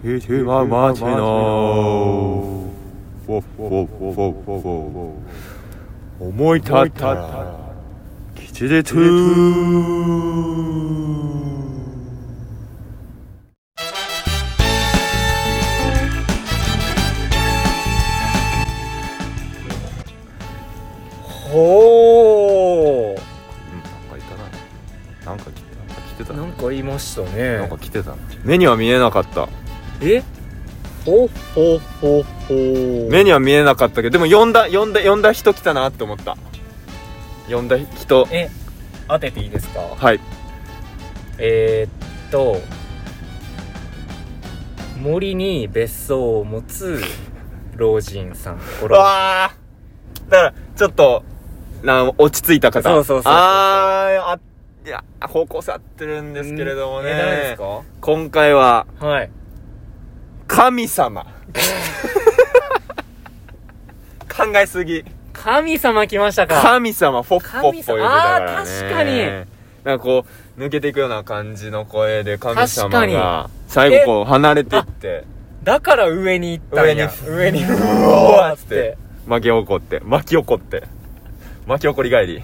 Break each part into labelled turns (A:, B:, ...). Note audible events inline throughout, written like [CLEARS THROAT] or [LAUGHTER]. A: ヒューヒューマウマチの
B: フォフォフォフォフォ
A: 思い立ったら吉日
C: ほ
B: うんなんかいたななんか来たなんか来てた
C: う
B: な
C: なんか言いました
B: なん
C: ね
B: か来てたな
A: 目には見えなかった
C: えほほほほ
A: 目には見えなかったけどでも呼んだ呼んだ呼んだ人来たなって思った呼んだ人
C: え当てていいですか
A: はい
C: えー、っと森に別荘を持つ老人さんこれ
A: わあだからちょっとなん落ち着いた方
C: そうそうそうそう
A: あーあいや方向性合ってるんですけれども
C: え誰で
A: ね
C: すか
A: 今回は
C: はい
A: 神 [LAUGHS] 様考えすぎ
C: 神様来ましたか
A: 神様フォッポッポ呼んでたからね
C: 神様あー確かに
A: なんかこう抜けていくような感じの声で神
C: 確か
A: 様
C: に
A: が最後こう離れていって
C: だから上に行ったんや
A: 上に
C: 上にう
A: わー
C: わー
A: っ
C: ってて
A: 巻き起こって巻き起こって巻き起こり返り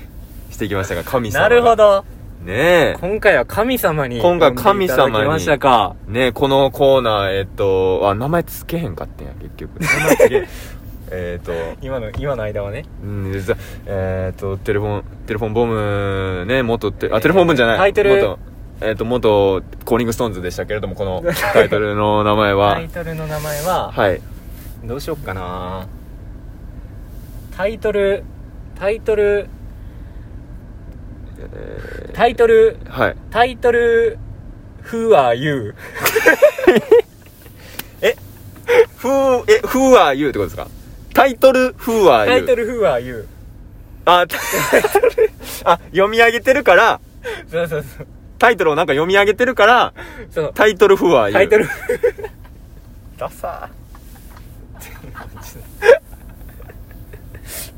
A: していきましたが神様が
C: なるほど
A: ねえ
C: 今回は神様に
A: 今回は神様に
C: 呼んでいただきましたか
A: ねえこのコーナーえっとあ名前つけへんかってんや結局名前つけへ [LAUGHS] んえっと
C: 今の今の間はね
A: うんざえっ、とテレフォンテレフォンボムね元ってあテレフォンボムじゃない
C: タイトル
A: 元えっ、と元コーリングストーンズでしたけれどもこのタイトルの名前は
C: タイトルの名前は、
A: はい
C: どうしよっかなタイトルタイトルタイトル
A: はい
C: タイトル Who are you?
A: ふうえ Who are you ってことですかタイトル Who are you
C: タイトル Who are you?
A: あタイトルあ読み上げてるから
C: そうそうそう
A: タイトルをなんか読み上げてるから
C: そう
A: タイトル Who are you
C: タイトル
A: ダサ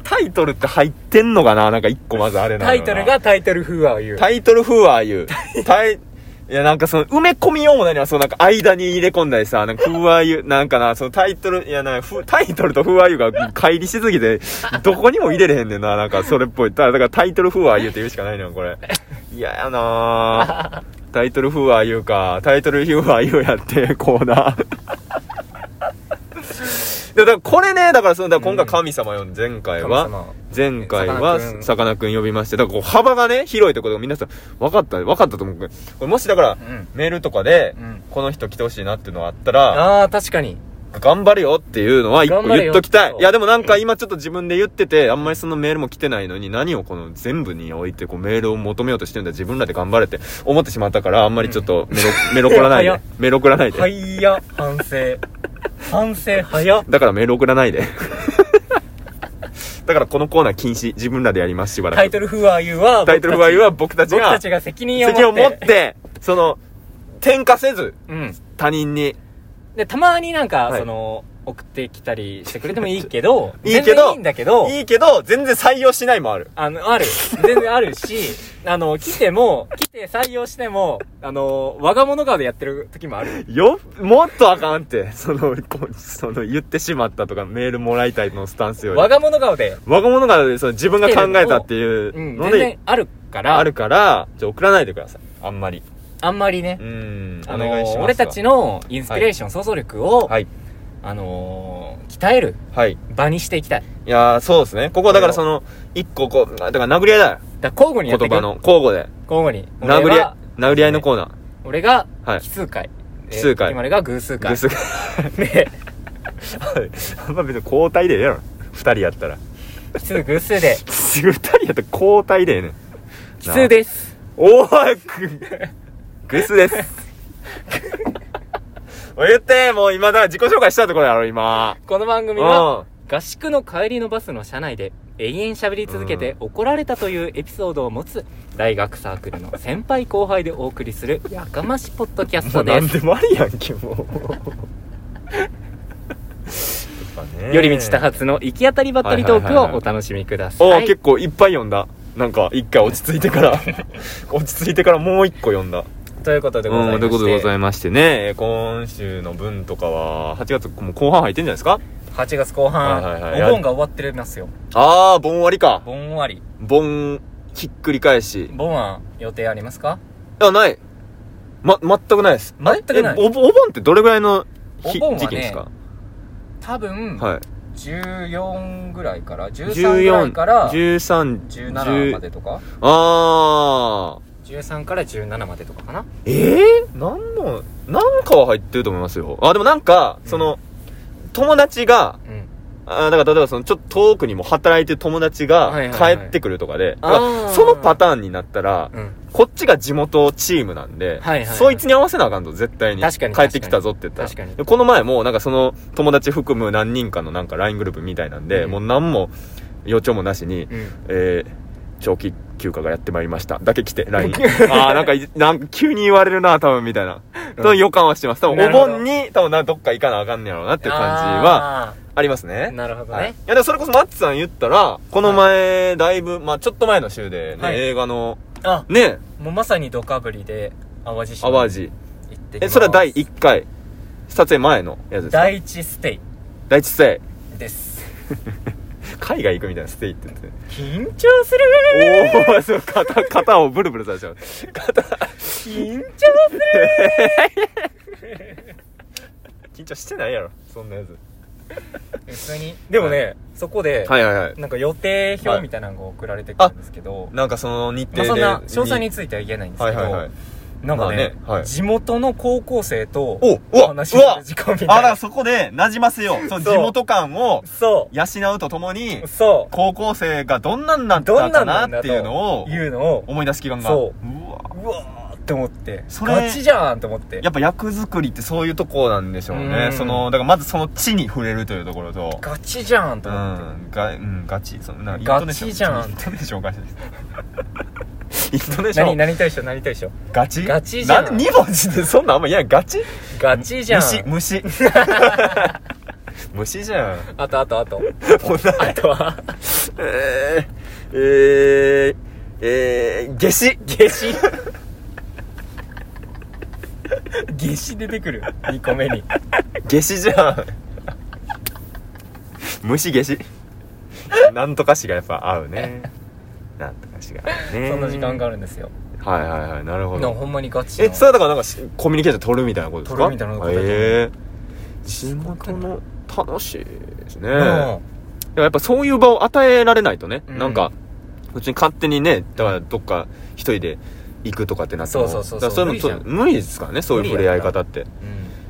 A: タイトルって入ってんのかななんか一個まずあれなの
C: タ
A: よ
C: イ
A: な
C: トルがタイトル Who are you?
A: タイトル Who are you? タイ、いやなんかその埋め込みようもないのは、そのなんか間に入れ込んだりさ、なんか Who are you? なんかな、そのタイトル、いやな、ふタイトルと Who are you が乖離しすぎて、どこにも入れれへんねんな、なんかそれっぽい。ただだからタイトル Who are you って言うしかないのよ、これ。いややなぁ。タイトル Who are you か、タイトル Who are you やって、コーナー。でだからこれね、だからその、だから今回神様よ、前回
C: 神
A: は。
C: 様
A: 前回は
C: さかなクン
A: さかなクン呼びましてだからこう幅がね広いってことが皆さん分かった分かったと思うけどこれもしだから
C: うん
A: メールとかで
C: うん
A: この人来てほしいなっていうのがあったら
C: ああ確かに
A: 頑張るよっていうのは一個
C: 頑張れ
A: 言っ
C: よ
A: ときたい
C: そう
A: いやでもなんか今ちょっと自分で言っててあんまりそのメールも来てないのに何をこの全部に置いてこうメールを求めようとしてるんだ自分らで頑張れって思ってしまったからあんまりちょっとメロメロこらない
C: いや
A: で
C: いや
A: メロこらないで
C: 早っ反省反
A: [LAUGHS]
C: 省早っ
A: だからメール送ら
C: [LAUGHS]
A: ないでだからこのコーナー禁止自分らでやりますしばらく
C: タイトル Who are you? は
A: タイトル場合は僕たち
C: 僕
A: が
C: たちが責任を
A: 責任
C: 持
A: を
C: って
A: 持って、その、転嫁せず、
C: うん
A: 他人に。
C: で、たまになんか、
A: はい、
C: その、送ってきたりしてくれてもいいけど
A: [LAUGHS] いいけど
C: 全然いいんだけど、
A: いいけど、全然採用しないもある。
C: あの、ある。全然あるし、 [LAUGHS] あの、来ても、来て採用しても、あの、我が物顔でやってる時もある。
A: よ、もっとあかんって、その、こその、言ってしまったとか、メールもらいたいのスタンスよ
C: 我
A: り。
C: が物顔で、
A: 若者が、その、自分が考えたっていう
C: うん、
A: の
C: 全
A: で
C: 然、あるから、
A: あるから、じゃあ送らないでください。あんまり。
C: あんまりね
A: う、ん、
C: あ
A: お
C: の
A: 願いします。
C: 俺たち
A: の、
C: のインスピレーション、想像力を、
A: はい。
C: あのー鍛える
A: はい。
C: 場にしていきたい。
A: いやー、そうですね。ここだからその、一個こう、だから殴り合いだよ。
C: だから交互にや
A: 言
C: っていく。
A: 葉の、交互で。
C: 交互に。
A: 殴
C: 俺
A: り合
C: が、
A: い、殴り合いのコーナー。
C: 俺が
A: はい
C: 奇数回。で
A: 奇数回
C: 決まりが偶数回。
A: です
C: [LAUGHS] で、
A: あん [LAUGHS] ま別に交代でええやろ二人やったら
C: 奇数偶数で、
A: 二人やったら交代でええねん
C: 奇数です。
A: おいくグスですおい言って [LAUGHS] もう今だ自己紹介したところやろ今
C: この番組は、合宿の帰りのバスの車内で永遠喋り続けて怒られたというエピソードを持つ大学サークルの先輩後輩でお送りするやかましポッドキャス
A: も
C: ト
A: うな
C: で
A: ん
C: す。
A: でもありやんけもう
C: 寄り道多発の行き当たりばったりトー
A: はいは
C: ク
A: いはいは
C: を
A: い
C: お楽しみくださ
A: お
C: い。
A: ー結 [LAUGHS] 構いっぱい読んだなんか一回落ち着いてから落ち着いてからもう一個読んだ
C: ということでございま
A: う
C: し
A: んと
C: て
A: いうことでございましてね、えー今週の分とかは、8月もう後半入ってんじゃないですか
C: 8月後
A: はい
C: 半、
A: はいはい
C: お盆が終わってますよ
A: ああ、盆割りか。
C: 盆終わり
A: 盆、ひっくり返し。
C: 盆は予定ありますか
A: あ、ない。ま、全くないです。
C: 全くない
A: えおお盆ってどれぐらいの日
C: お盆はね
A: 時期ですか
C: 多分、
A: はい。
C: 14ぐらいから13ぐらいから
A: 13、
C: 17までとか
A: ああ。
C: 13から17までとかかな
A: ええー、なんの、なんかは入ってると思いますよ。あ、でもなんか、その、友達が、
C: うん
A: あだから例えばそのちょっと遠くにも働いてる友達
C: はい
A: が
C: はいはい
A: 帰ってくるとかで、だ
C: あー
A: からそのパターンになったら、
C: うん
A: こっちが地元チームなんで、
C: はいはいはい
A: そいつに合わせなあかんと絶対に
C: 確かに
A: 帰ってきたぞって言ったら
C: 確かに
A: でこの前もなんかその友達含む何人かのなんか LINE グループみたいなんで、
C: うん
A: もう何も予兆もなしに、
C: うん
A: えー長期休暇がやってまいりましただけ来て LINE [LAUGHS] ああなんかいなんか急に言われるな多分みたいな、
C: うん
A: と予感はしてます多分
C: な
A: お
C: るほど
A: 盆に多分などっか行かなあかんねやろうなっていう感じはあります
C: あー
A: ね
C: なるほどね、
A: はい、いやでもそれこそマッツさん言ったらこの前、だいぶまあちょっと前の週で、ね
C: はい
A: 映画の
C: あ
A: ね
C: もうまさにドカぶりで淡路島
A: 淡
C: に
A: 路
C: 行ってきます
A: えそれは第1回撮影前のやつですか
C: 第一ステイ
A: 第一ステ
C: です
A: イ海外行くみたいなステイって言って
C: 緊張する
A: おおーそう肩肩をブルブルさせちゃう肩
C: 緊張
A: [LAUGHS]
C: する
A: 緊張してないやろそんなやつ
C: 普通にでもね、
A: は
C: そこで、
A: はいはいはい
C: なんか予定表みたいなのが送られてくるんですけど、
A: なんかその日
C: まあ、
A: 程
C: そん
A: で、
C: な詳細については言えないんです
A: は
C: け
A: い
C: ど、
A: はいはい
C: なんかね,、
A: まあねはい
C: 地元の高校生と
A: おう
C: お
A: わ
C: 話しする時間みたいな
A: あらそこで馴染ませようその
C: そう
A: 地元感を
C: そ
A: 養うとともに
C: うそ
A: 高校生がどんなんな
C: うんど
A: だ
C: ん
A: っ
C: な
A: た
C: んな
A: なん
C: だ
A: っ
C: と
A: ていうのを
C: いうのを
A: 思い出す期間が
C: そう
A: わ
C: うわーって思って
A: それ
C: ガチじゃんと思って
A: やっぱ役作りってそういうとこなんでしょうね
C: うん
A: そのだからまずその地に触れるというところと
C: ガチじゃんと
A: う
C: 思って、
A: んがうんガチそのなん
C: ガチじゃん
A: イントネーションイントネーションおかしいですイントネーショ
C: 何
A: ン
C: 何と一緒何と一緒
A: ガチ
C: ガチじゃん
A: なんで2文字でそんなんあんま嫌やガチ
C: ガチじゃ
A: [LAUGHS]
C: ん
A: 虫虫虫じゃん
C: あとあとあと
A: もうな
C: あとは
A: えー、えー、えー、下死
C: 夏至夏至出てくる2個目に
A: 下死じゃん虫下死なんとかしがやっぱ合う [LAUGHS] ねなんとかしが合うね
C: そんな時間があるんですよ
A: はいはいはいなるほ
C: なんか
A: ど
C: ほんまにガチ
A: えそれは
C: の
A: だからなんかしコミュニケーション取るみたいなことですか
C: 取るみたいなことだと思う
A: えー、地元の楽しいですね、
C: うん
A: でもやっぱそういう場を与えられないとね、
C: うん
A: なんか普通に勝手にねだからどっか一人で行くとかってなっても
C: そうそうそうそ
A: だから
C: う無理
A: そ
C: じ
A: れ
C: ゃん
A: もと無理ですからねそういう触れ合い方って
C: うん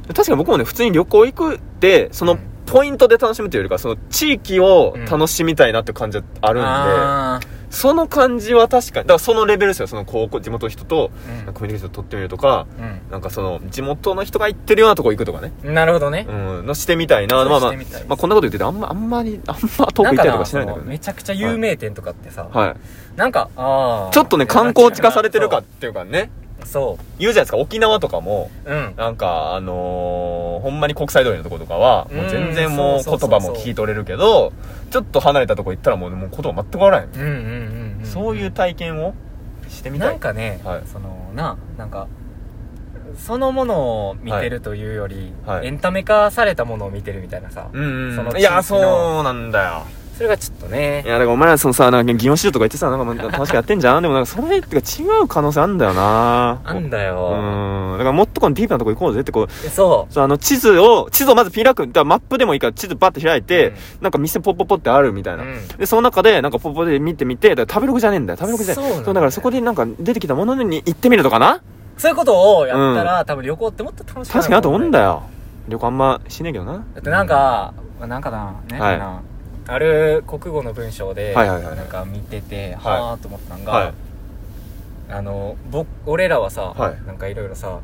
A: 確かに僕もね普通に旅行行くってそうの
C: ん
A: ポイントで楽しむというよりかその地域を楽しみたいなって感じはあるんで、
C: あ
A: その感じは確かにだからそのレベルですよその高校地元の人と
C: ー
A: コミュニケーション取ってみるとか
C: うん
A: なんかその地元の人が行ってるようなとこ行くとかね、
C: うんなるほどね
A: うん、のしてみたいなまあまあまあこんなこと言っててあんまあんまりあんま遠く行ったりとかしないんだけど
C: か
A: ね
C: なめちゃくちゃ有名店とかってさ
A: はい
C: なんかああ
A: ちょっとね、観光地化されてるかっていうかね、
C: そ
A: 言うじゃないですか、沖縄とかも、
C: ううん
A: なんか、あのー、ほんまに国際通りのとことかは、もう全
C: う
A: 然
C: ん
A: もう
C: そ
A: 言
C: うそうそうそ
A: 葉
C: う
A: も聞き取れるけど、ちょっと離れたとこ行ったらもう、もう言葉全くわからない、
C: うんうんうんうん
A: そういう体験をしてみた。
C: ないんかね、
A: はい
C: そのななんかそのものを見てるというより、
A: はいはい
C: エンタメ化されたものを見てるみたいなさ、
A: うん
C: その
A: うん。
C: 地域
A: いや、
C: の
A: そうなんだよ。
C: それがちょっと
A: い
C: ね
A: や、だからお前らそのさ、なんか、祇園市場とか行ってさ、なんかもう楽しくやってんじゃんでもなんか、それってか違う可能性あんだよな
C: あんだ
A: う
C: よ、
A: ん。だからもっとこのディープなとこ行こうぜってこう、
C: そ
A: そうあの地図を地図をまずピーラー君だからマップでもいいから地図バッて開いて、
C: うん、
A: なんか店ポッポッポってあるみたいうな、
C: うん
A: でその中でなんかポッポで見てみてだから食べログじゃねえんだよ食べログじゃねえ
C: そうなんだよ
A: だからそこでなんか出てきたものに行ってみるとかな
C: そういうことをやったら、多分旅行ってもっと楽しくなる
A: 確かになと思うんだ
C: よ
A: よ旅行あんましねえけどな
C: だってなんか、なんかなね、
A: はい
C: なある国語の文章で、
A: はいはいはいはい
C: なんか見てて、
A: はい
C: はあーと思ったのが、
A: はい
C: あの僕俺らはさ、
A: はい
C: なんかいろいろさ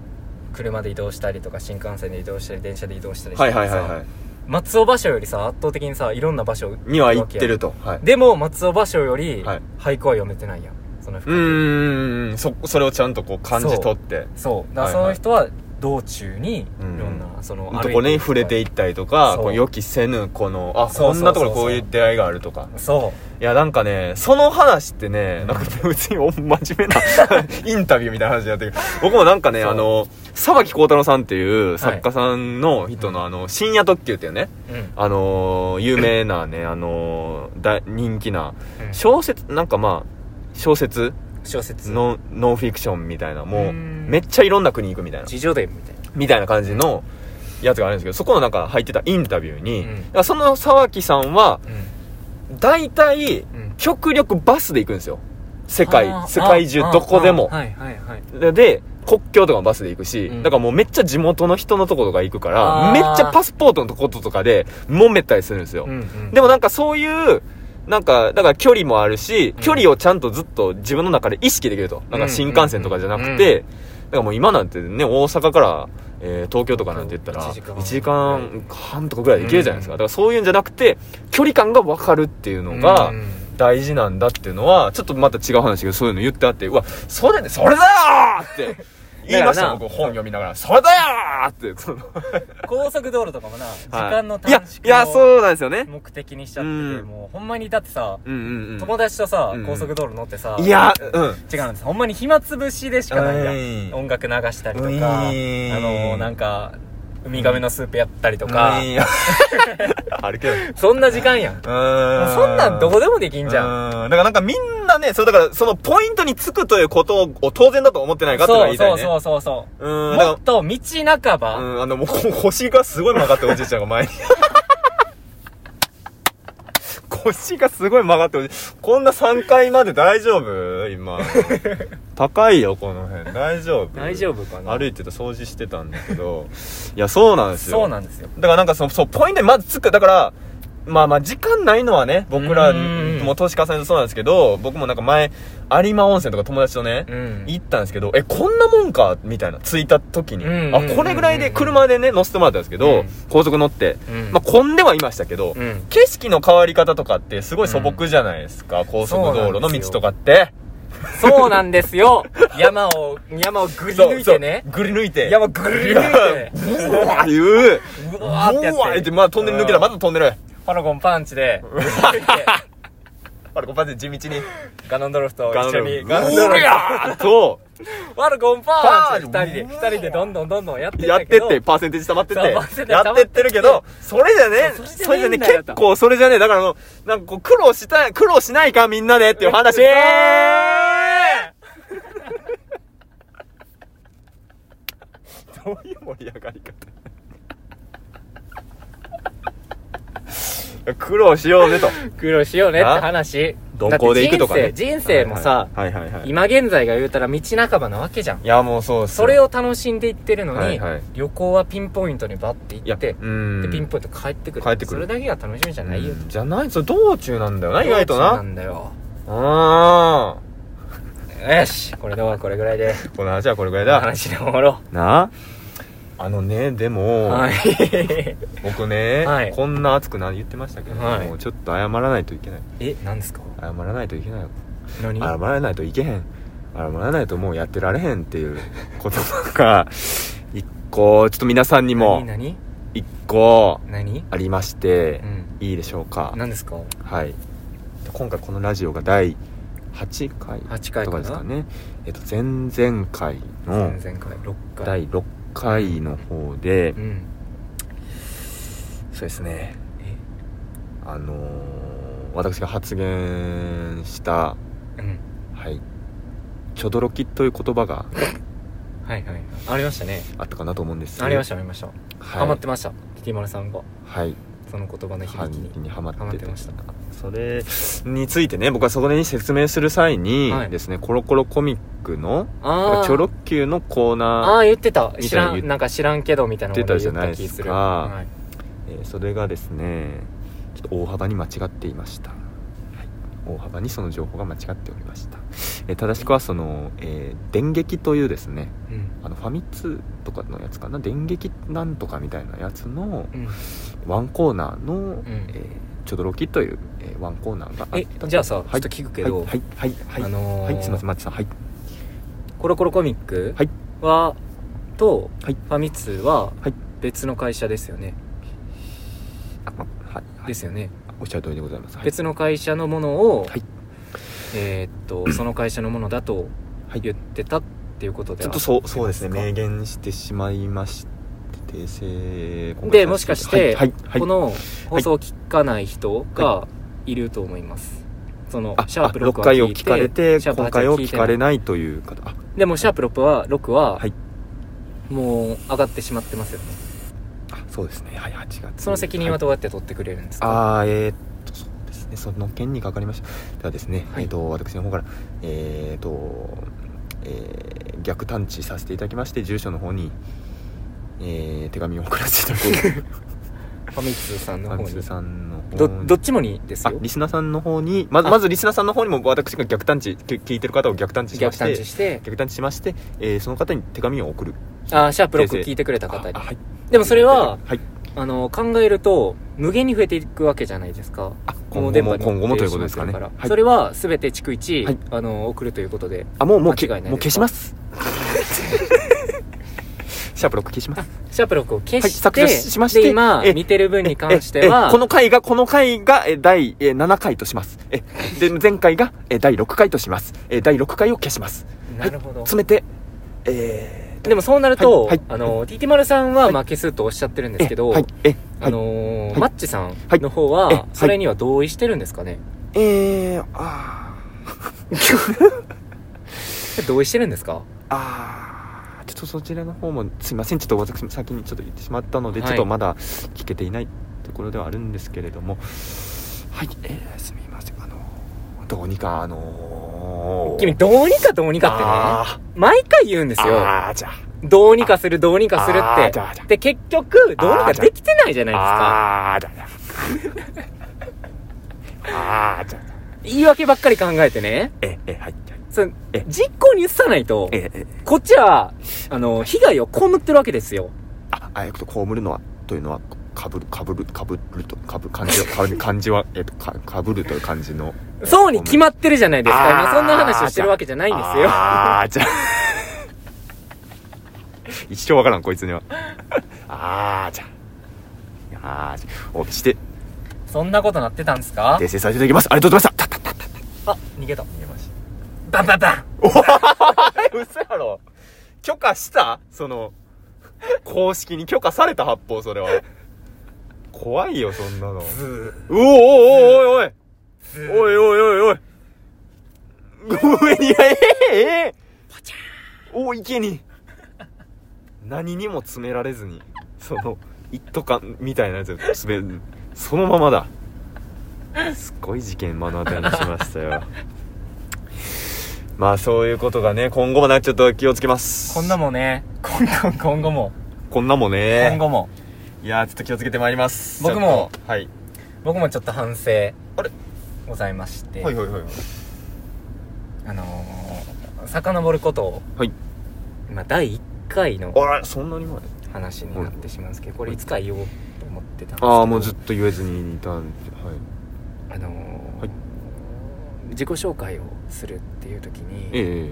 C: 車で移動したりとか新幹線で移動したり電車で移動したりして
A: はい
C: てさ、
A: はいはいは
C: 松尾芭蕉よりさ圧倒的にさいろんな場所
A: いには行ってるとはい
C: でも松尾芭蕉より、
A: はい
C: 俳句は読めてないやんその
A: うーんそそれをちゃんとこう感じ取って
C: そうだか
A: は
C: らそ
A: い
C: の
A: はい
C: 人は道中にい
B: う
C: ろ
B: ん
C: んな、その
A: ところに触れてい
C: っ
A: ったりとか
C: そう
A: こう予期せぬこのあ
C: そうそ
A: こん
C: うそうそう
A: なところこういう出会いがあるとか
C: そ
A: いやなんかねその話ってねなんか別にお真面目な [LAUGHS] インタビューみたいな話だったけど僕もなんかね
C: そう
A: あの沢木孝太郎さんっていう作家さんの人の、あの深夜特急っていうね
C: う、うん
A: あの有名なねあのだ人気な
C: うん
A: 小説なんかまあ小説
C: 小説
A: ノンノンフィクションみたいなも
C: う
A: うんめっちゃいろんな国行くみたいな
C: 自叙伝みたいな
A: みたいな感じのやつがあるんですけどそこの中入ってたインタビューに、
C: うん
A: だからその沢木さんは大体
C: うんうん
A: 極力バスで行くんですよ世界
C: あー
A: 世界中
C: あー
A: どこでも
C: あーはいはいはい
A: でで国境とかもバスで行くし、
C: うん
A: だからもうめっちゃ地元の人のとことか行くから
C: あ
A: めっ
C: ー
A: ちゃパスポートのとこととかで揉めたりするんですよ、
C: うんうん
A: でもなんかそういうなんかだから距離もあるし
C: うん
A: 距離をちゃんとずっと自分の中で意識できるとなんか新幹線とかじゃなく
C: うんうんうん
A: てだからもう今なんてね大阪から、えー東京とかなんて言ったら
C: 一時間
A: 1時間半とかぐらいで行けるじゃないですかだからそういうんじゃなくて距離感が分かるっていうのが
C: うん
A: 大事なんだっていうのはちょっとまた違う話だけどそういうの言ってあってうわそれでそれだよー
C: [LAUGHS]
A: って言いました
C: だからな
A: 僕本読みながらそれだよーってその
C: 高速道路とかもな時
A: はい
C: 間の
A: いや
C: 短
A: いや
C: 縮を
A: そうなんですよね
C: 目的にしちゃってて
A: うん
C: もうほんまにだってさ
A: うんうん
C: 友達とさ
A: うん
C: 高速道路乗ってさ
A: うんいやうん
C: 違うんですほんまに暇つぶしでしかないや
A: うんん
C: 音楽流したりとかあ
A: うん
C: のなんかウミガメのスープやったりとか
A: うん
C: [LAUGHS]
A: あるけど。
C: そんな時間やん
A: そ
C: そんなんどこでもできんじゃん
A: ん。だからなんかみんなね、そうだからそのポイントにつくということを当然だと思ってないかっていうのが
C: そ
A: 言
C: う
A: いたい
C: そう
A: ね。、
C: そううそうそうんも
A: だ
C: っ
A: か
C: と道半ば
A: ら、うん、あの、もうこ腰がすごい曲がっておじいちゃんが前に。 [LAUGHS] 腰がすごい曲がっておじいこんな3階まで大丈夫今。高いよ、この辺。大丈夫
C: 大丈夫かな
A: 歩いてた、掃除してたんだけど。いや、そうなんですよ。
C: そうなんですよ
A: だからなんかその、そう、ポイントにまずつく。だから、まあまあ、時間ないのはね、僕ら
C: うん
A: も年重ねてそうなんですけど、僕もなんか前、有馬温泉とか友達とね
C: う、ん
A: 行ったんですけど、え、こんなもんかみたいな、着いた時に。
C: うんうんうん
A: あ、これぐらいで、車でね、乗せてもらったんですけど、
C: うん
A: 高速乗って。
C: うん
A: まあ、混んではいましたけど、
C: うん
A: 景色の変わり方とかってすごい素朴じゃないですか、高速道路の道とかって。
C: そうなんで
A: [LAUGHS]
C: すよ山を山をぐり抜いてね
A: そうそうぐり抜いて。
C: 山ぐり抜いて
A: [LAUGHS] うわーいう。
C: うわーってや
A: うわーっ
C: っ
A: てて、まあ、トンネル抜けたらまたトンネル。
C: パラゴンパンチでぐり抜いて
A: あれ、ここで地道に。
C: ガノンドロフと一緒
A: [LAUGHS]
C: に
A: ガノ
C: ガノン
A: ン
C: ド
A: ド
C: ロ
A: ロ
C: フ
A: フと、
C: パラゴンパンチ
A: パ
C: 二
A: ー
C: 人で二人でどんどんどんどんやってん
A: や
C: だ
A: って
C: け
A: っ
C: ど
A: て、パーセンテージ溜まって
C: そうパーセン
A: っ
C: テ
A: て、
C: ー
A: や
C: ジ溜ま
A: っ
C: ってて
A: ってるけど、それじゃね、
C: そう
A: それじゃね、
C: それじゃねえんだよ
A: 結構、それじゃね、だからあの、なんかこう、苦労した、苦労しないかみんなでっていう話。
C: うん
A: [LAUGHS] どういう盛り上がり方苦労しようぜと。
C: 苦労しようねって話
A: どこで行くとか
C: だっ
A: ね。
C: て人生人生もさ、
A: はいはいはいはいはい。
C: 今現在が言うたら道半ばなわけじゃん
A: いや、もうそうっす
C: それを楽しんでいってるのに、
A: はいはい
C: 旅行はピンポイントにバッて
A: い
C: 行
A: や
C: って
A: うん
C: でピンポイント帰ってくる
A: 帰ってくる
C: それだけが楽しみじゃないよ、
A: うんじゃないそれ道中なんだよな意外と
C: そうな
A: なん
C: だよ
A: あ
C: よしこれではこれぐらいで
A: ーこの話はこれぐらい
C: この
A: だ
C: 話で終わろ
A: なああのねで
C: う
A: も、
C: はい [LAUGHS]
A: 僕ね、
C: はい
A: こんな熱くな言ってましたけど、
C: はい
A: もうちょっと謝らないといけない
C: え何ですか
A: 謝らないといけないよ
C: 何
A: 謝らないといけへん謝らないともうやってられへんっていうことが [LAUGHS] 一個ちょっと皆さんにも
C: 何何
A: 一個
C: 何
A: ありまして
C: う、ん
A: いいでしょうか
C: 何ですか
A: はい今回このラジオが第8回
C: 8回
A: と
C: か
A: か
C: な
A: ですか
C: 前
A: ね、えっと、前々回の
C: 々回6回
A: 第6回の方で
C: う、ん
A: そうですね
C: え
A: あのー私が発言した
C: うん
A: はいちょどろきという言葉が
C: はいはいありましたね
A: あったかなと思うんです
C: ありましたたありました
A: は
C: ハ
A: い
C: マってましたキティマルさんが
A: はい
C: その言葉の響
A: 反
C: き
A: 撃
C: に
A: にはまって
C: ハマってました
A: それについてね僕はそこに説明する際に
C: はい
A: ですね、コロコロコミックの
C: ああ
A: チョロ Q のコーナー
C: ああ言ってた
A: み
C: 知
A: たいな
C: ら
A: 言っ
C: んなんか知らんけどみたいなこと
A: 言ってたじ
C: 言
A: ゃ
C: っ
A: ない
C: た
A: で
C: 気
A: すか
C: するはい
A: えーそれがですねちょっと大幅に間違っていました、はい、大幅にその情報が間違っておりました、えー正しくはその、えー電撃というですね
C: うん
A: あのファミ通とかのやつかな電撃なんとかみたいなやつの
C: うん
A: ワンコーナーの、
C: ん
A: えーちょどろきという、えーワンコーナーがあっ
C: え
A: た
C: じゃあさちょ
A: は
C: っ
A: い
C: と聞くけど
A: はいはいはい、はい
C: あのー
A: はいすいませんマッチさんはい
C: コロコロコミック
A: はい
C: はと、
A: はい
C: ファミ通は
A: はい
C: 別の会社ですよね、
A: あまはいはい
C: ですよね、
A: おっしゃる通りでございます、はい、
C: 別の会社のものを、
A: はい
C: え
A: [CLEARS THROAT]
C: ーっとその会社のものだと
A: はい
C: 言ってたっていうことで
A: ちょ
C: は
A: っとそうそうですね
C: 合って
A: 明言してしまいまして訂正今回
C: でもしかして、
A: はいはいはい
C: この放送を聞かない人がいると思います、その
A: あ
C: シャープ
A: あ
C: 6
A: 6
C: は
A: 回
C: 聞
A: を
C: いて
A: 聞かれて
C: シャープ8
A: 今回を聞かれ
C: い
A: ないという方あ
C: でもシャープ6は6は、
A: はい
C: もう上がってしまってますよね
A: あそうですねはい8月
C: その責任はどうやって取ってくれるんですか、
A: ああえーっとそうですねその件にかかりましたではですね、
C: はい
A: えーっと私の方からえーっと、えー逆探知させていただきまして住所の方に、えー手紙を送らせていただき
C: [LAUGHS]
A: ます
C: ファミ通さんの
A: ア
C: 方
A: ンス
C: に
A: さんの方
C: ど
A: に
C: どっちもにです
A: あ
C: よ
A: リスナーさんの方にまず
C: あ
A: まずリスナーさんの方にも私が逆探知き聞いてる方を逆探知しま
C: 逆
A: して
C: 探知して
A: 逆探知しまして、えーその方に手紙を送る
C: あーシャープ
A: 訂
C: 6
A: 正
C: 聞いてくれた方に
A: ああはい
C: でもそれは
A: はい
C: あの考えると無限に増えていくわけじゃないですか
A: あ
C: この
A: 今後
C: 電波
A: も
C: に
A: 今後もということ
C: 乗っ
A: です
C: てしま
A: か
C: って
A: ね
C: るから
A: はい
C: それは全て逐一、
A: はい
C: あの送るということで
A: あもうもうけ
C: 間違いないですか
A: もう消しま
C: [LAUGHS]
A: す。シャープロック消します。
C: シャープ6を消
A: はい
C: して,、
A: 削除しまして
C: で今
A: え
C: 見てる分に関して
A: ええ
C: は
A: この回がこの回がえ第え7回とします。えで前回がえ第6回とします。え第6回を消します。
C: なるほど、
A: 詰めてえー
C: でもそうなる
A: は
C: と、
A: いはい
C: あの TT 丸さんは、まあ、消すとおっしゃってるんですけど、
A: えはいえは
C: あ
A: い
C: のー
A: はい
C: マッチさん
A: はい
C: の方は、
A: えはい
C: それには同意してるんですかね、
A: えーあ
C: 同意してるんですか
A: ーあーちょっとそちらの方もすいませんちょっと私先にちょっと言ってしまったので、
C: はい
A: ちょっとまだ聞けていないところではあるんですけれどもはいえー、すみませんあのどうにかあのー、
C: 君どうにかどうにかっ
A: あ
C: てね毎回言うんです
A: ー
C: よ
A: あーじゃあ
C: どうにかするどうにかする
A: あー
C: っ
A: じ
C: て
A: ゃあじゃあ
C: で結局どうにかできてないじゃないですか
A: あーじゃあじゃあ [LAUGHS] あーじゃあじゃあ
C: 言い訳ばっかり考えてね
A: ええはいはい
C: その
A: え
C: 実行に移さないと
A: ええ
C: こっちはあの被害を被ってるわけですよ
A: ああえっと被るのはというのはかぶるかぶるかぶるとかぶ漢字はかぶ漢字はえっとかかぶるという漢字の
C: そうに決まってるじゃないですか。
A: あー
C: 今そんな話をしてるわけじゃないんですよ。
A: ああじ [LAUGHS] ゃあ一生わからんこいつにはああじゃああーじゃあおして
C: そんなことなってたんですか
A: 訂正させていただきますありがとうございましたたたたた
C: あ、逃げた。
A: 逃げまし
C: バンバンバン
A: た嘘やろ許可したその公式に許可された発砲それは怖いよそんなの
C: ズ
A: うおおおおおいおいおいおいおいおい上にええええお池に何にも詰められずにその一斗缶みたいなやつを詰めそのままだすごい事件目の当たりにしましたよ [LAUGHS] まあそういうことがね今後もなちょっと気をつけます
C: こんなもんね、今後、今後も、
A: こんなもね
C: 今後も、
A: いやーちょっと気をつけてまいります
C: 僕も
A: ちょっとはい
C: 僕もちょっと反省、あれ
A: あれ
C: ございまして、
A: はいはいはいはい
C: あのー、遡ることを、
A: はい
C: 今、第1回の
A: あらそんなに前
C: 話になってしまうんですけど、これいつか言おうと思ってたんですけど、
A: ああもうずっと言えずにいたんではい
C: あのー
A: はい
C: 自己紹介をするっていう時に、
A: え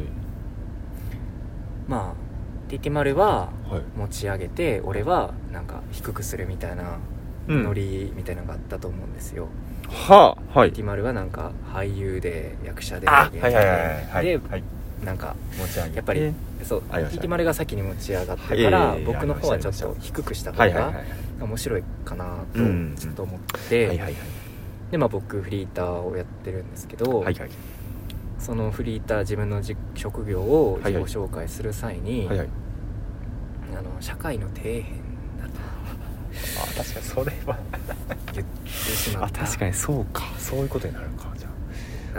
C: まあ、ティティマルは、
A: えはい
C: 持ち上げて俺はなんか低くするみたいな
A: うん
C: ノリみたいなのがあったと思うんですよ、
A: はあはい
C: ティマルはなんか俳優で役者で
A: あ
C: 芸人
A: はい
C: で
A: はいはいはい
C: で
A: はい
C: なんか
A: 持ち上げ
C: やっぱり、
A: え
C: そうテ
A: ありました
C: ィティマルが先に持ち上がったから、
A: はい
C: 僕の方はちょっと低くした
A: は
C: 方
A: いはいはい
C: が面白いかなと
A: うん
C: ちょっと思っ
A: は
C: て、
A: いはいはい
C: でまあ僕フリーターをやってるんですけど、
A: はいはい
C: そのフリーター自分のじ職業を
A: はい
C: 自己
A: はい
C: 紹介する際に、
A: はいはい
C: あの社会の底辺だ
A: あ確かにそれは
C: と言ってしま
A: あ
C: った
A: 確かにそうかそういうことになるかじゃ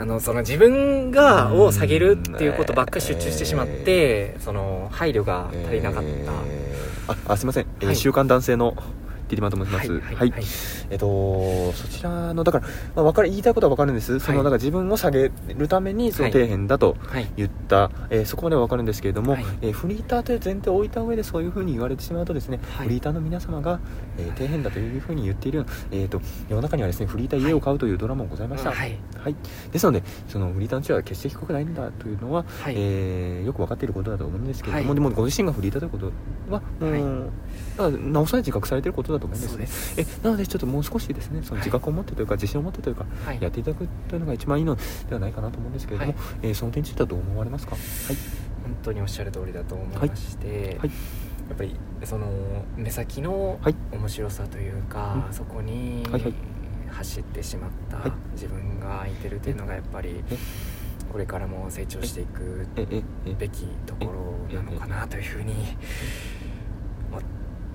C: あのその自分がを下げるっていうことばっかり集中してしまって、その配慮が
A: あ
C: 足りなかった、
A: えーああすいません、えー
C: はい
A: 週刊男性のティリマンと申します。はい。
C: はいはい
A: えっと、そちらの、だから、まあ、わかる、言いたいことはわかるんです。その、
C: はい
A: だから自分を下げるために、その
C: はい
A: 底辺だと
C: はい
A: 言った、えーそこまではわかるんですけれども、
C: はい
A: えーフリーターという前提を置いた上でそういうふうに言われてしまうとですね、
C: はい
A: フリーターの皆様が、えー底辺だというふうに言っているような、えー、と世の中にはですねフリーター家を買うというドラマもございました、
C: はい
A: はいですのでそのフリーターの地位は決して低くないんだというのは、
C: はい
A: えーよく分かっていることだと思うんですけれども、
C: はい
A: でもご自身がフリーターということはもう、
C: はい
A: だからなおさら自覚されていることだと思うんで
C: そ
A: す
C: う
A: ね
C: です
A: えなのでちょっともう少しですねその自覚を持ってというか、自信を持ってというか
C: はい
A: やっていただくというのが一番いいのではないかなと思うんですけれども、
C: はい
A: えーその点についてはどう思われますか、はい
C: 本当におっしゃる通りだと思いまして、
A: はい
C: やっぱりその目先の
A: はい
C: 面白さというか、
A: うん
C: そこに
A: はいはい
C: 走ってしまった、
A: はい
C: 自分がいてるというのがやっぱり
A: え
C: これからも成長していく
A: えええ
C: べきところなのかなというふうに思っ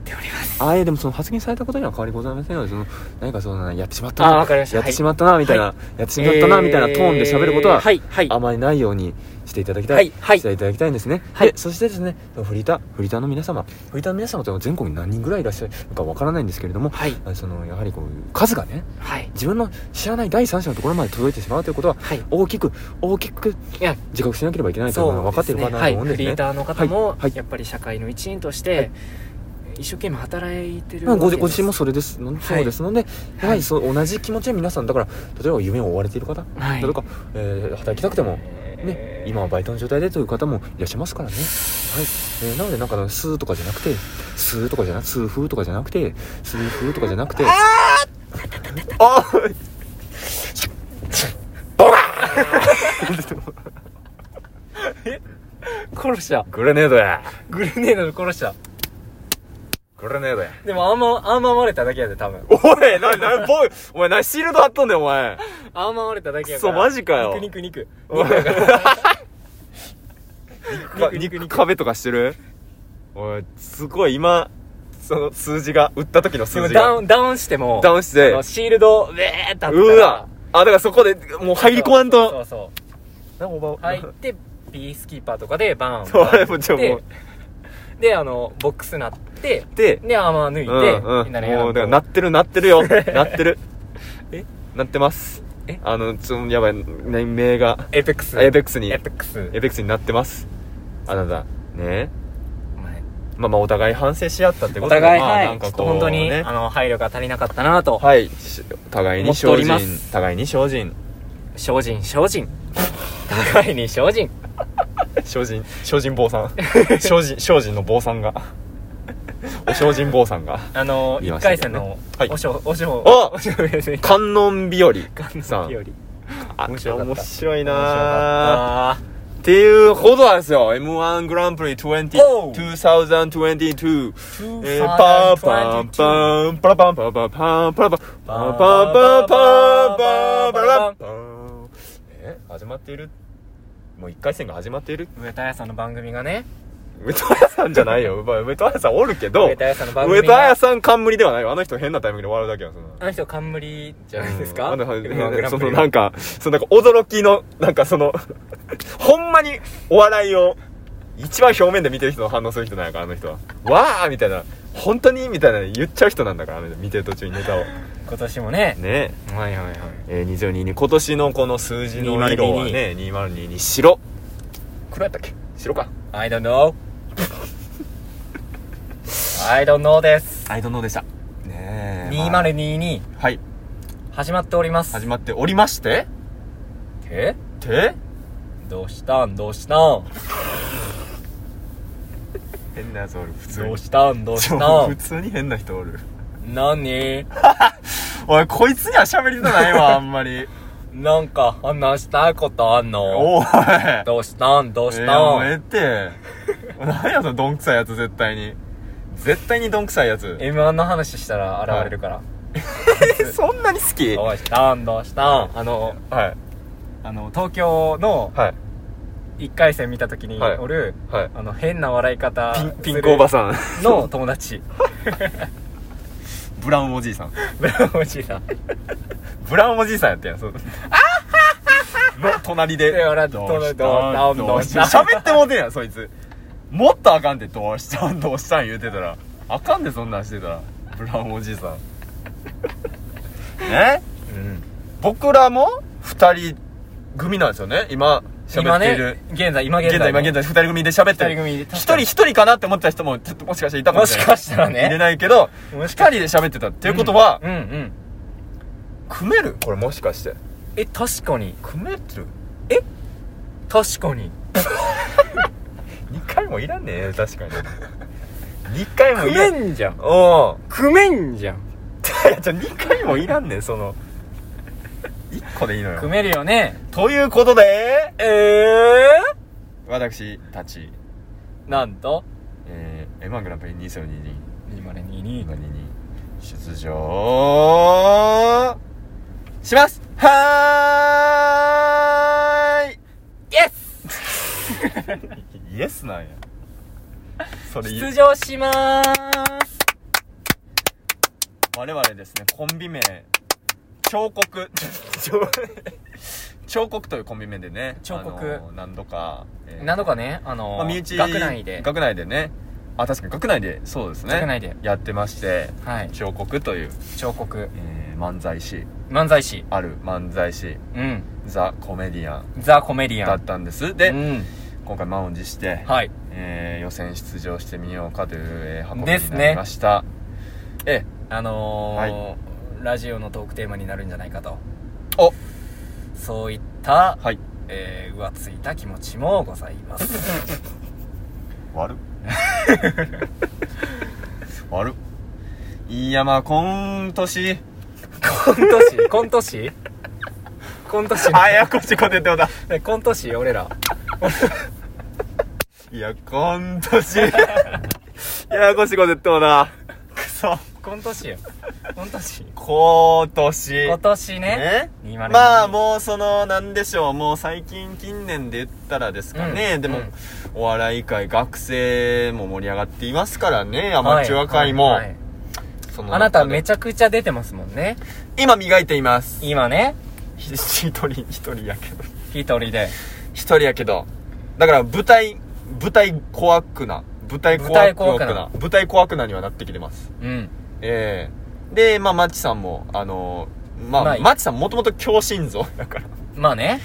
C: ております。
A: ああいやでもその発言されたことには変わりございませんのでその何かそのやってしまった
C: あー
A: な
C: わかりました
A: やってしまったなみたいな、
C: は
A: やってしまったなみたいなトーンで喋ること
C: えー
A: は
C: はいはい
A: あまりないようにしていただきたい、
C: はいはい
A: していただきたいんですね、
C: はい
A: でそしてですねフリーターフリーターの皆様フリーターの皆様というのは全国に何人ぐらいいらっしゃるのかわからないんですけれども
C: はい
A: あそのやはりこう数がね
C: はい
A: 自分の知らない第三者のところまで届いてしまうということは
C: はい
A: 大きく大きく
C: いや
A: 自覚しなければいけないというのは分かっているかな
C: は
A: と
C: い
A: 思うんです
C: フリー
A: ね。
C: ターの方も、
A: はいはい
C: やっぱり社会の一員として、一生懸命働いてる
A: まあ、ご
C: わ
A: 自
C: け
A: ご
C: で
A: 自
C: す
A: 身もそれですの、そうですので、やはりそう同じ気持ちは皆さんだから例えば夢を追われている方、
C: はい
A: 例えば、えー働きたくても、ね
C: え、ー
A: 今はバイトの状態でという方もいらっしゃいますからね、はいえーなのでなんかスーとかじゃなくてスーとかじゃなくてスー風とかじゃなくてスー風とかじゃなくてああー
C: 殺した
B: グレネードや
C: グレネードで殺した
B: グレネードや
C: でもアーマーアーマー割れただけやで多分
B: おいな、な、ボーイお前、な、シールド貼っとんねん、お前。
C: アーマー割れただけや
B: ク
C: か
B: ソ、
C: ら
B: マジかよ。
C: 肉肉肉
B: おい
C: 肉肉
B: [LAUGHS] 肉
C: 肉
B: 壁とかしてるおい、すごい、今、その数字が、打った時の数
C: 今
B: 字
C: ダ
B: が。
C: ウンダウンしても
B: ダウンして
C: あのシールドウェーってあったら
B: うわあ、だからそこで、もう入り込まん
C: そ
B: と。
C: うそう
B: な、お
C: そう入ってビースキーパーとかでバーン
B: そうあれもちょ
C: で
B: もう
C: であのボックスなって
B: で、
C: でアーマー抜
B: うん
C: いて、みんなで
B: うん。
C: や
B: も
C: ら
B: う、だから
C: んと
B: なってる、なってる
C: [LAUGHS]
B: よ。なってる。
C: え
B: なってます。
C: え
B: あの、ちょ、やばい、ね名が、
C: エイペックス
B: エイペックスに、
C: エ
B: エ
C: ペックス
B: イペックスになってます。あなた、ね
C: お前
B: まあまあ、お互い反省し合ったって
C: お
B: ことで
C: 互い、
B: まあ
C: は、
B: ないん
C: ちょ
B: か
C: っ
B: ことう
C: 本当に、
B: ね
C: あの、配慮が足りなかったなと。
B: はい、し互いに
C: 思っ
B: 精
C: ており
B: 進
C: ます
B: 互いに精進
C: 精進、精進。互いに精進。
B: 精進精進坊さ
C: [LAUGHS]
B: ん精進精進の坊さんがお精進坊さんが
C: あの、
B: 言い
C: 一
B: ました
C: 回
B: け
C: 戦
B: どね
C: の、
B: はい
C: おしょ、おしょ、
B: お
C: おしょ、おしょ、
B: 観音日和さ
C: 感
B: ん
C: じより。
B: あ
C: 面白かった
B: 面白い
C: 面白
B: な
C: か
B: ー
C: っ
B: っていうことなんですよ m 1グランプリ20
C: Oh
B: 2022え
C: た。
B: ーパーパン
C: ン。
B: パンパラパンパラパンパンパラパンパンパンパンパンパラパンえ始まっているもう一回戦が始まっている
C: 上田彩さんの番組がね、
B: 上戸彩さんじゃないよ。まあ上戸彩さんおるけど、上
C: 上
B: 戸
C: 田彩さんの番組が。
B: 彩さん冠ではないよ。あの人変なタイミングで笑うだけよ、その。
C: あの人冠じゃないです
B: うん
C: か
B: あのはい
C: M1
B: [LAUGHS]
C: グランプ
B: その
C: リの
B: なんか、そのなんか驚きの、なんかその、 [LAUGHS] ほんまにお笑いを、一番表面で見てる人の反応する人なんやから、あの人は。わーみたいな、本当にみたいな言っちゃう人なんだから、あの人見てる途中にネタを。
C: 今年もね。
B: ね
C: はいはいはい。
B: え、えー、2022、今年のこの数字の色はね、2022、白。黒やったっけ白か。
C: I don't know. I don't know です。
B: アイドノーでした。ねえ。まあ
C: 2022、
B: はい。
C: 始まっております。
B: 始まっておりまして
C: え
B: て
C: どうしたんどうしたん
B: 変なやつおる普
C: どうしたんどうした
B: [LAUGHS] 普
C: ん
B: 通に変な人おる
C: 何
B: おいこいつには喋りたないわあんまり
C: なんか話したいことあんの
B: おい
C: どうしたんどう
B: い
C: し
B: やもうええ
C: た
B: っ
C: ん
B: て何やそのどんくさいやつ絶対に絶対にどんくさいやつ
C: M1 の話したら現れるから。
B: そんなに好き
C: ど
B: はいう
C: したんどうしたんあの、
B: はい
C: あの、東京の
B: はい
C: 1回戦見た時に
B: はい
C: おる、あの、変な笑い方
B: ピンピンクおばさん
C: んの友達。 [LAUGHS]
B: ブラウンおじいさん
C: ブラウンおじいさん。
B: ブラウンおじいさんやったやんそうの隣で
C: で笑ってどうしたん
B: どうしたん
C: どうしたん
B: 喋ってもうてんやんそいつもっとあかんでどうしたんどうしたん言うてたらあかんでそんなんしてたら
A: ブラウンおじさんね僕らも2人組なんですよね今喋
C: 今
A: ってい
C: ね
A: る、
C: 現在、今現在。
A: 現在今現在2人組で喋ってる
C: 二人組で
A: 1人1人かなって思ってた人もちょっともしかしたらいたかもしれない
C: もしかしたらね
A: 入れないけど2
C: もし
A: 人で喋ってたっていうことは、
C: うんうん。
A: 組めるこれもしかして
C: え、確かに。
A: 組める
C: 確かに。
A: 2回もいらんねえ確かに2回も
C: 組
A: いら
C: め
A: んね
C: んじゃん。
A: おうん [LAUGHS]
C: 組めんじゃん。
A: いやじゃ2回もいらんねんその1個でいいのよ
C: 組めるよね。
A: ということで
C: ええ
A: 私たち、
C: なんと、
A: えー、M1 グランプリ2022
C: 2022。
A: 今に出場し
C: [LAUGHS]
A: ますはーい
C: イエス
A: イエスなんやそれ
C: 出場しまーす。
A: 我々ですねコンビ名彫刻彫彫刻というコンビ名でね
C: 彫刻
A: あの何度か、えー
C: 何度かね、あの、
A: まあ、身内
C: 学内で。
A: 学内でねあ確かに学内でそうですね
C: 学内で
A: やってまして
C: はい。
A: 彫刻という、
C: 彫刻。
A: えー漫才師
C: 漫才師。
A: ある漫才師
C: うん。
A: ザ・コメディアン
C: ザ・コメディ
A: だ
C: ア
A: っ
C: ン。
A: たんですで、
C: うん。
A: 今回満を持して、
C: はい。
A: えー予選出場してみようかという、えー運び
C: です
A: に
C: ね
A: なりました、え
C: あのーラジオのトークテーマになるんじゃないかと。
A: お
C: そういった、
A: はい
C: えー、浮ついた気持ちもございます。
B: [LAUGHS]
A: 悪っ悪っいやまあ今年
C: コント
A: [LAUGHS]
C: 師コント師コント師
A: あやこしいこと言ってもだ
C: ねコント師俺ら。
A: いや今年ややこしいこと言ってもだくそ
C: コント師よ。コント師
A: 今年
C: 今年ね。
A: ね
C: 2022
A: まあもうそのなんでしょうもう最近近年で言ったらですかね、
C: うん
A: でも、
C: うん
A: お笑い界学生も盛り上がっていますからねアマチュア界も、
C: はいはいはい
A: その
C: あなため
A: め
C: ちゃくちゃ出てますもんね。
A: 今磨いています
C: 今ね。
A: ひ一人一人やけど
C: 一人で。
A: 一人やけどだから舞台舞台怖くな舞台怖くな舞台怖くなにはなってきてます
C: うん。
A: ええでまあマッチさんもあのまあ、
C: まあ
A: マッチさんもともと強心臓だから
C: まあね。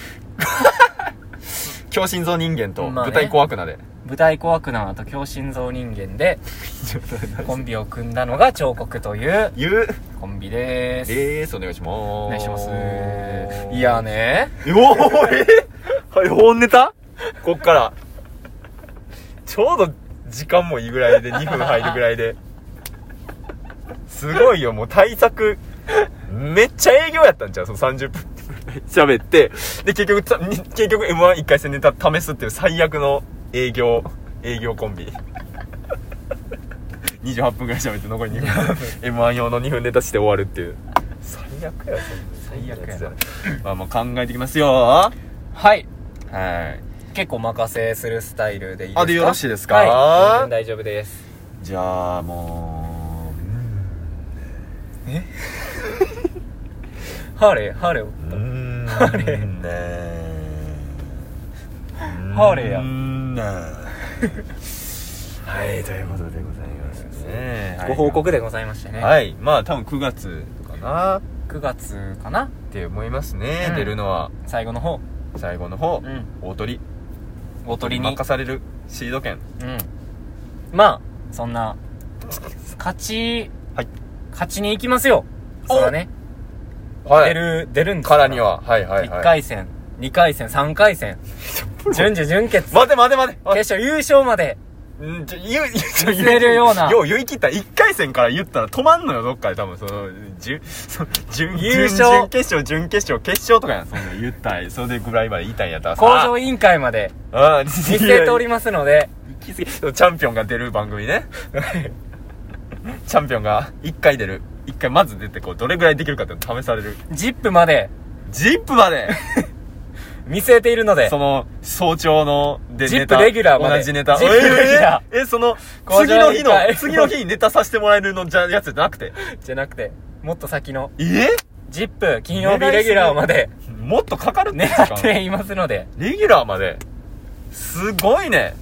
A: 強心臓人間と
C: まあ
A: 舞
C: ね
A: 台怖くなで、
C: 舞台小悪魔と強心臓人
A: [LAUGHS]
C: 間で、コンビを組んだのが彫刻という
A: 言う
C: コンビでーす。
A: でーすお願いします
C: お
A: お
C: 願いします。
A: い
C: い
A: や
C: やね。
A: おおえー、はい本ネタこっからちょうど時間もいいぐらいで2分入るぐらいですごいよもう対策めっちゃ営業やったんちゃうその30分喋ってで結局たに結局 m 1 1回戦ネタ試すっていう最悪の営業営業コンビ28分ぐらい喋って残り2分 m 1用の2分ネタして終わるっていう最悪やそんな
C: 最悪やな
A: まあもう考えてきますよは
C: はい。
A: い
C: 結構お任せするスタイルでいいですか
A: あでよろしいですか
C: はい。全然大丈夫です。
A: じゃあも
C: ハーレー、ハーレーを。
A: ううーん
C: ハーレー
A: ね
C: ハーレー
A: [LAUGHS]
C: や
A: うーんねはいということでございますね
C: ご報告でございましてね。
A: はい、はいまあ多分9月かなっ
C: 9月かな
A: て思いますね、
C: うん
A: 出るのは
C: 最後の方。
A: 最後の方、
C: ん。
A: 大鳥
C: おとりに。
A: 任されるシード権
C: うん。まあ、そんな、勝ち、
A: はい
C: 勝ちに行きますよ。そらね。
A: は
C: 出る、出るんです
A: からにははいはいはい
C: 1回戦、2回戦、3
A: [LAUGHS]
C: 回戦。順次準決。決
A: 待て待て待て待て
C: 勝優勝まで。
A: んちょ、言う、ちょ、
C: 見せるような
A: よう言い切った。一回戦から言ったら止まんのよ、どっかで。多分、その、じゅ、その、準、
C: 優勝
A: 準準決勝、準決勝、決勝とかやん。そんなん言ったい。それでぐらいまで言いたいんやったら
C: 工場委員会まで
A: ああ、見
C: 見せておりますので、
A: [LAUGHS] チャンピオンが出る番組ね。 [LAUGHS] チャンピオンが一回出る。一回まず出て、こう、どれぐらいできるかっていうの試される。
C: ジップまで
A: ジップま
C: [LAUGHS]
A: で
C: 見据えているので
A: そ、の、早朝の、で、
C: ジッ
A: ネ
C: プ
A: タ。
C: レギュラーまで
A: 同じネタ。
C: ジップレギュラ
A: えーえ、そ
C: [LAUGHS]
A: の、
C: 工
A: 次
C: 場
A: の
C: 委
A: 日
C: 員
A: の
C: 会、
A: 次の日にネタさせてもらえるのじゃ、やつじゃなくて。
C: じゃなくて、もっと先の、
A: え
C: ジップ金曜日レギュラーまで
A: もっとかかるって
C: 狙っていますので、
A: レギュラーまですごいね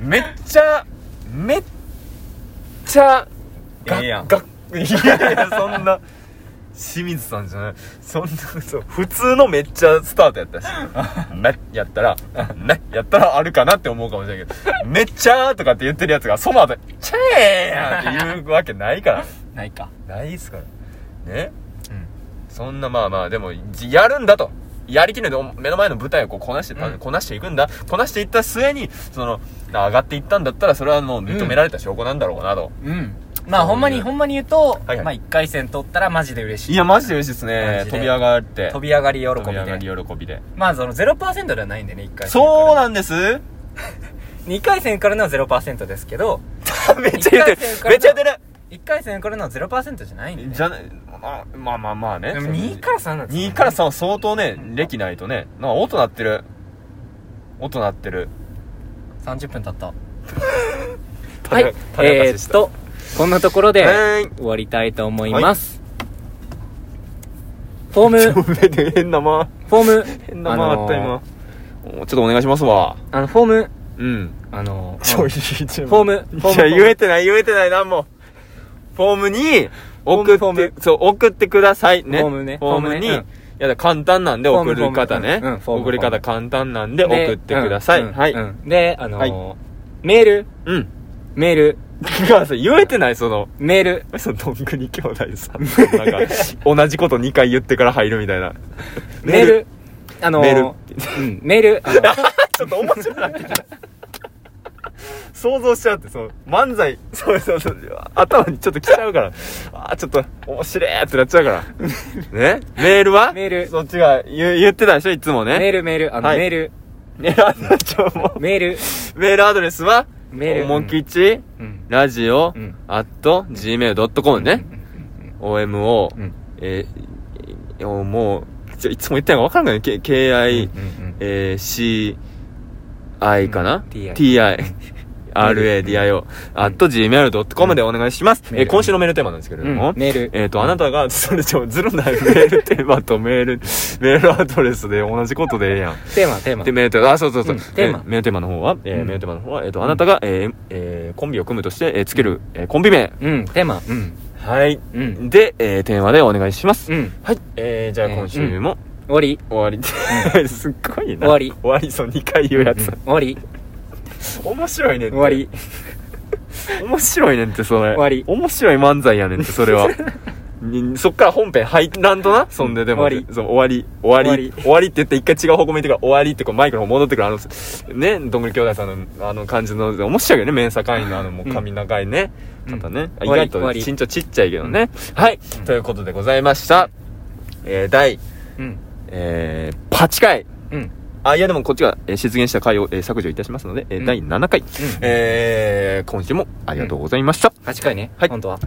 A: めっちゃめっちゃ
D: ええやん
A: が [LAUGHS] いやいやそんな清水さんじゃないそんなそう普通のめっちゃスタートやったし「な」やったら「な」やったらあるかなって思うかもしれんけど「めっちゃ」とかって言ってるやつがその後「ちゃえやん!」って言うわけないから
C: [LAUGHS] ないか
A: ないっすからねそんなまあまあでもじやるんだとやりきるんでお目の前の舞台をこうこなして、
C: うん
A: こなしていくんだこなしていった末にその上がっていったんだったらそれはもう認められた証拠なんだろうなと、
C: うんま
A: そ
C: あ
A: ういう
C: ほんまにほんまに言うと、
A: はいはい
C: まあ1回戦取ったらマジで嬉しい
A: いやマジで嬉しいですね
C: マジで
A: 飛び上がって
C: 飛び上がり喜
A: 飛び上が
C: びで
A: り喜びで
C: まあその0%ではないんでね1回戦
A: そうなんです
C: 2回戦からのは0%ですけど
A: [LAUGHS] めっちゃ言ってるめっちゃ言ってる
C: 1回戦からのは0%じゃないんで、ね、
A: じゃなまあまあまあまあね
C: でも2から3なんですよね
A: 2から3は相当ね歴ないとねなんか音鳴ってる音鳴ってる
C: 30分経った
A: 田 [LAUGHS]
C: はい
A: 中田中
C: え
A: でし
C: ー、ったとこんなところで、
A: はい
C: 終わりたいと思います、フォー
A: ご
C: ム
A: めんね [LAUGHS] 変な間
C: フォーム
A: 変な間あった
C: の
A: 今おちょっとお願いしますわ
C: あのフォーム
A: うん
C: あの
A: ちょいちょい
C: フォームフォーム
A: いや言えてない言えてないなんもフォームに送
C: フォームフォ
A: っ
C: ー
A: てそう送ってくださいね
C: フォームね
A: フォームに
C: フォームね
A: い
C: うん
A: やだから簡単なんで
C: フォーム
A: 送る方ね
C: フォームうんフォーム
A: 送り方簡単なんで送ってください
C: でうん
A: はい
C: うんであの、
A: はい
C: メール
A: うん
C: メール
A: がさ言えてないその
C: メール
A: そのどんぐり兄弟さんなんか同じこと2回言ってから入るみたいな
C: メールあの
A: メー
C: うん、メー
A: [LAUGHS]
C: ルあの
A: ちょっと面白くなってきた。想像しちゃうって、その、漫才、そうそうそう、頭にちょっと来ちゃうから、ああ、ちょっと、面白いってなっちゃうから。ねメールは
C: メール
A: そっちが言言ってたでしょ、いつもね。
C: メールメールあ
A: [LAUGHS]
C: の、
A: はい
C: メール
A: メール、ちょもう
C: メール
A: [LAUGHS] メールアドレスは、
C: メール
A: おもきち、
C: うん
A: ラジオ
C: う、ん
A: アット、gmail.com ね。OMO、
C: うん
A: えー、えーもう、ちょいつも言ったのがわからんない。K- KI、えー、C、I かな、
C: うん TI
A: ?TI。RADIO。at gmail.com でお願いします。
C: メール
A: えー、今週のメールテーマなんですけれ
C: う
A: ど
C: ん
A: も。
C: メール
A: えっ、と、あなたが、それちょ、ずるないメールテーマとメール、メールアドレスで同じことでええやん。
C: テーマテーマ
A: で、メールテーマ、あ、そうそうそう。
C: うんテーマ
A: えメールテーマの方は、えー
C: うん
A: メールテーマの方は、えっ、と、あなたが、えーえーコンビを組むとして、えーつける、えーコンビ名。
C: うんテーマうん
A: はい。
C: うん
A: で、えー、テーマでお願いします。
C: うん
A: はい。えー、じゃあ
C: えー
A: 今週も、
C: 終わり
A: 終わり。 [LAUGHS] すっごいな。
C: 終わり
A: 終わり、そう、2回言うやつ。
C: 終わり
A: 面白いねんて
C: 終わり
A: 面白いねんってそれ
C: 終わり
A: 面白い漫才やねんってそれ
C: [LAUGHS]
A: はにそっから本編入らんとなそんででも
C: 終わり
A: そう終わり終わ
C: 終
A: り
C: わ
A: 終わりって言って一回違う方向向いてから終わりってこうマイクの方戻ってくるあのねどんぐり兄弟さんのあの感じの面白いよねメンサ会員のあのもう髪長いね、
C: うん
A: 方ね、あ
C: 終わり
A: 意
C: 終わ
A: 外
C: り
A: と身長ちっちゃいけどね、はい、ということでございましたえー、第、
C: うん
A: えー、8回
C: うん
A: あ、いやでもこっちが、えー出現した回を、えー削除いたしますので、えー
C: うん
A: 第7回、えー今週もありがとうございました。
C: 8回ね、
A: はい
C: 本当は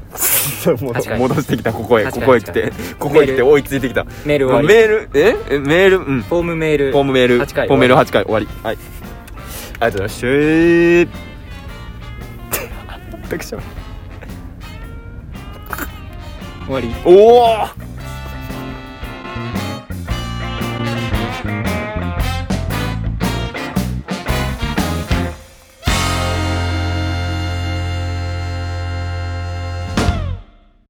A: 戻
C: 確かに
A: 戻してきた、ここへ、こ
C: 確かに
A: こへ来て
C: 確か、
A: ここへ来
C: メ
A: て
C: ール
A: 追いついてきた。
C: メール終わり
A: メール、ええメール、うん。フ
C: フォームメール
A: ォームメール、
C: 8回
A: フォームメール8回終わり。はい。ありがとうございました。 [LAUGHS] 全くしゃべらない
C: 終わり
A: おー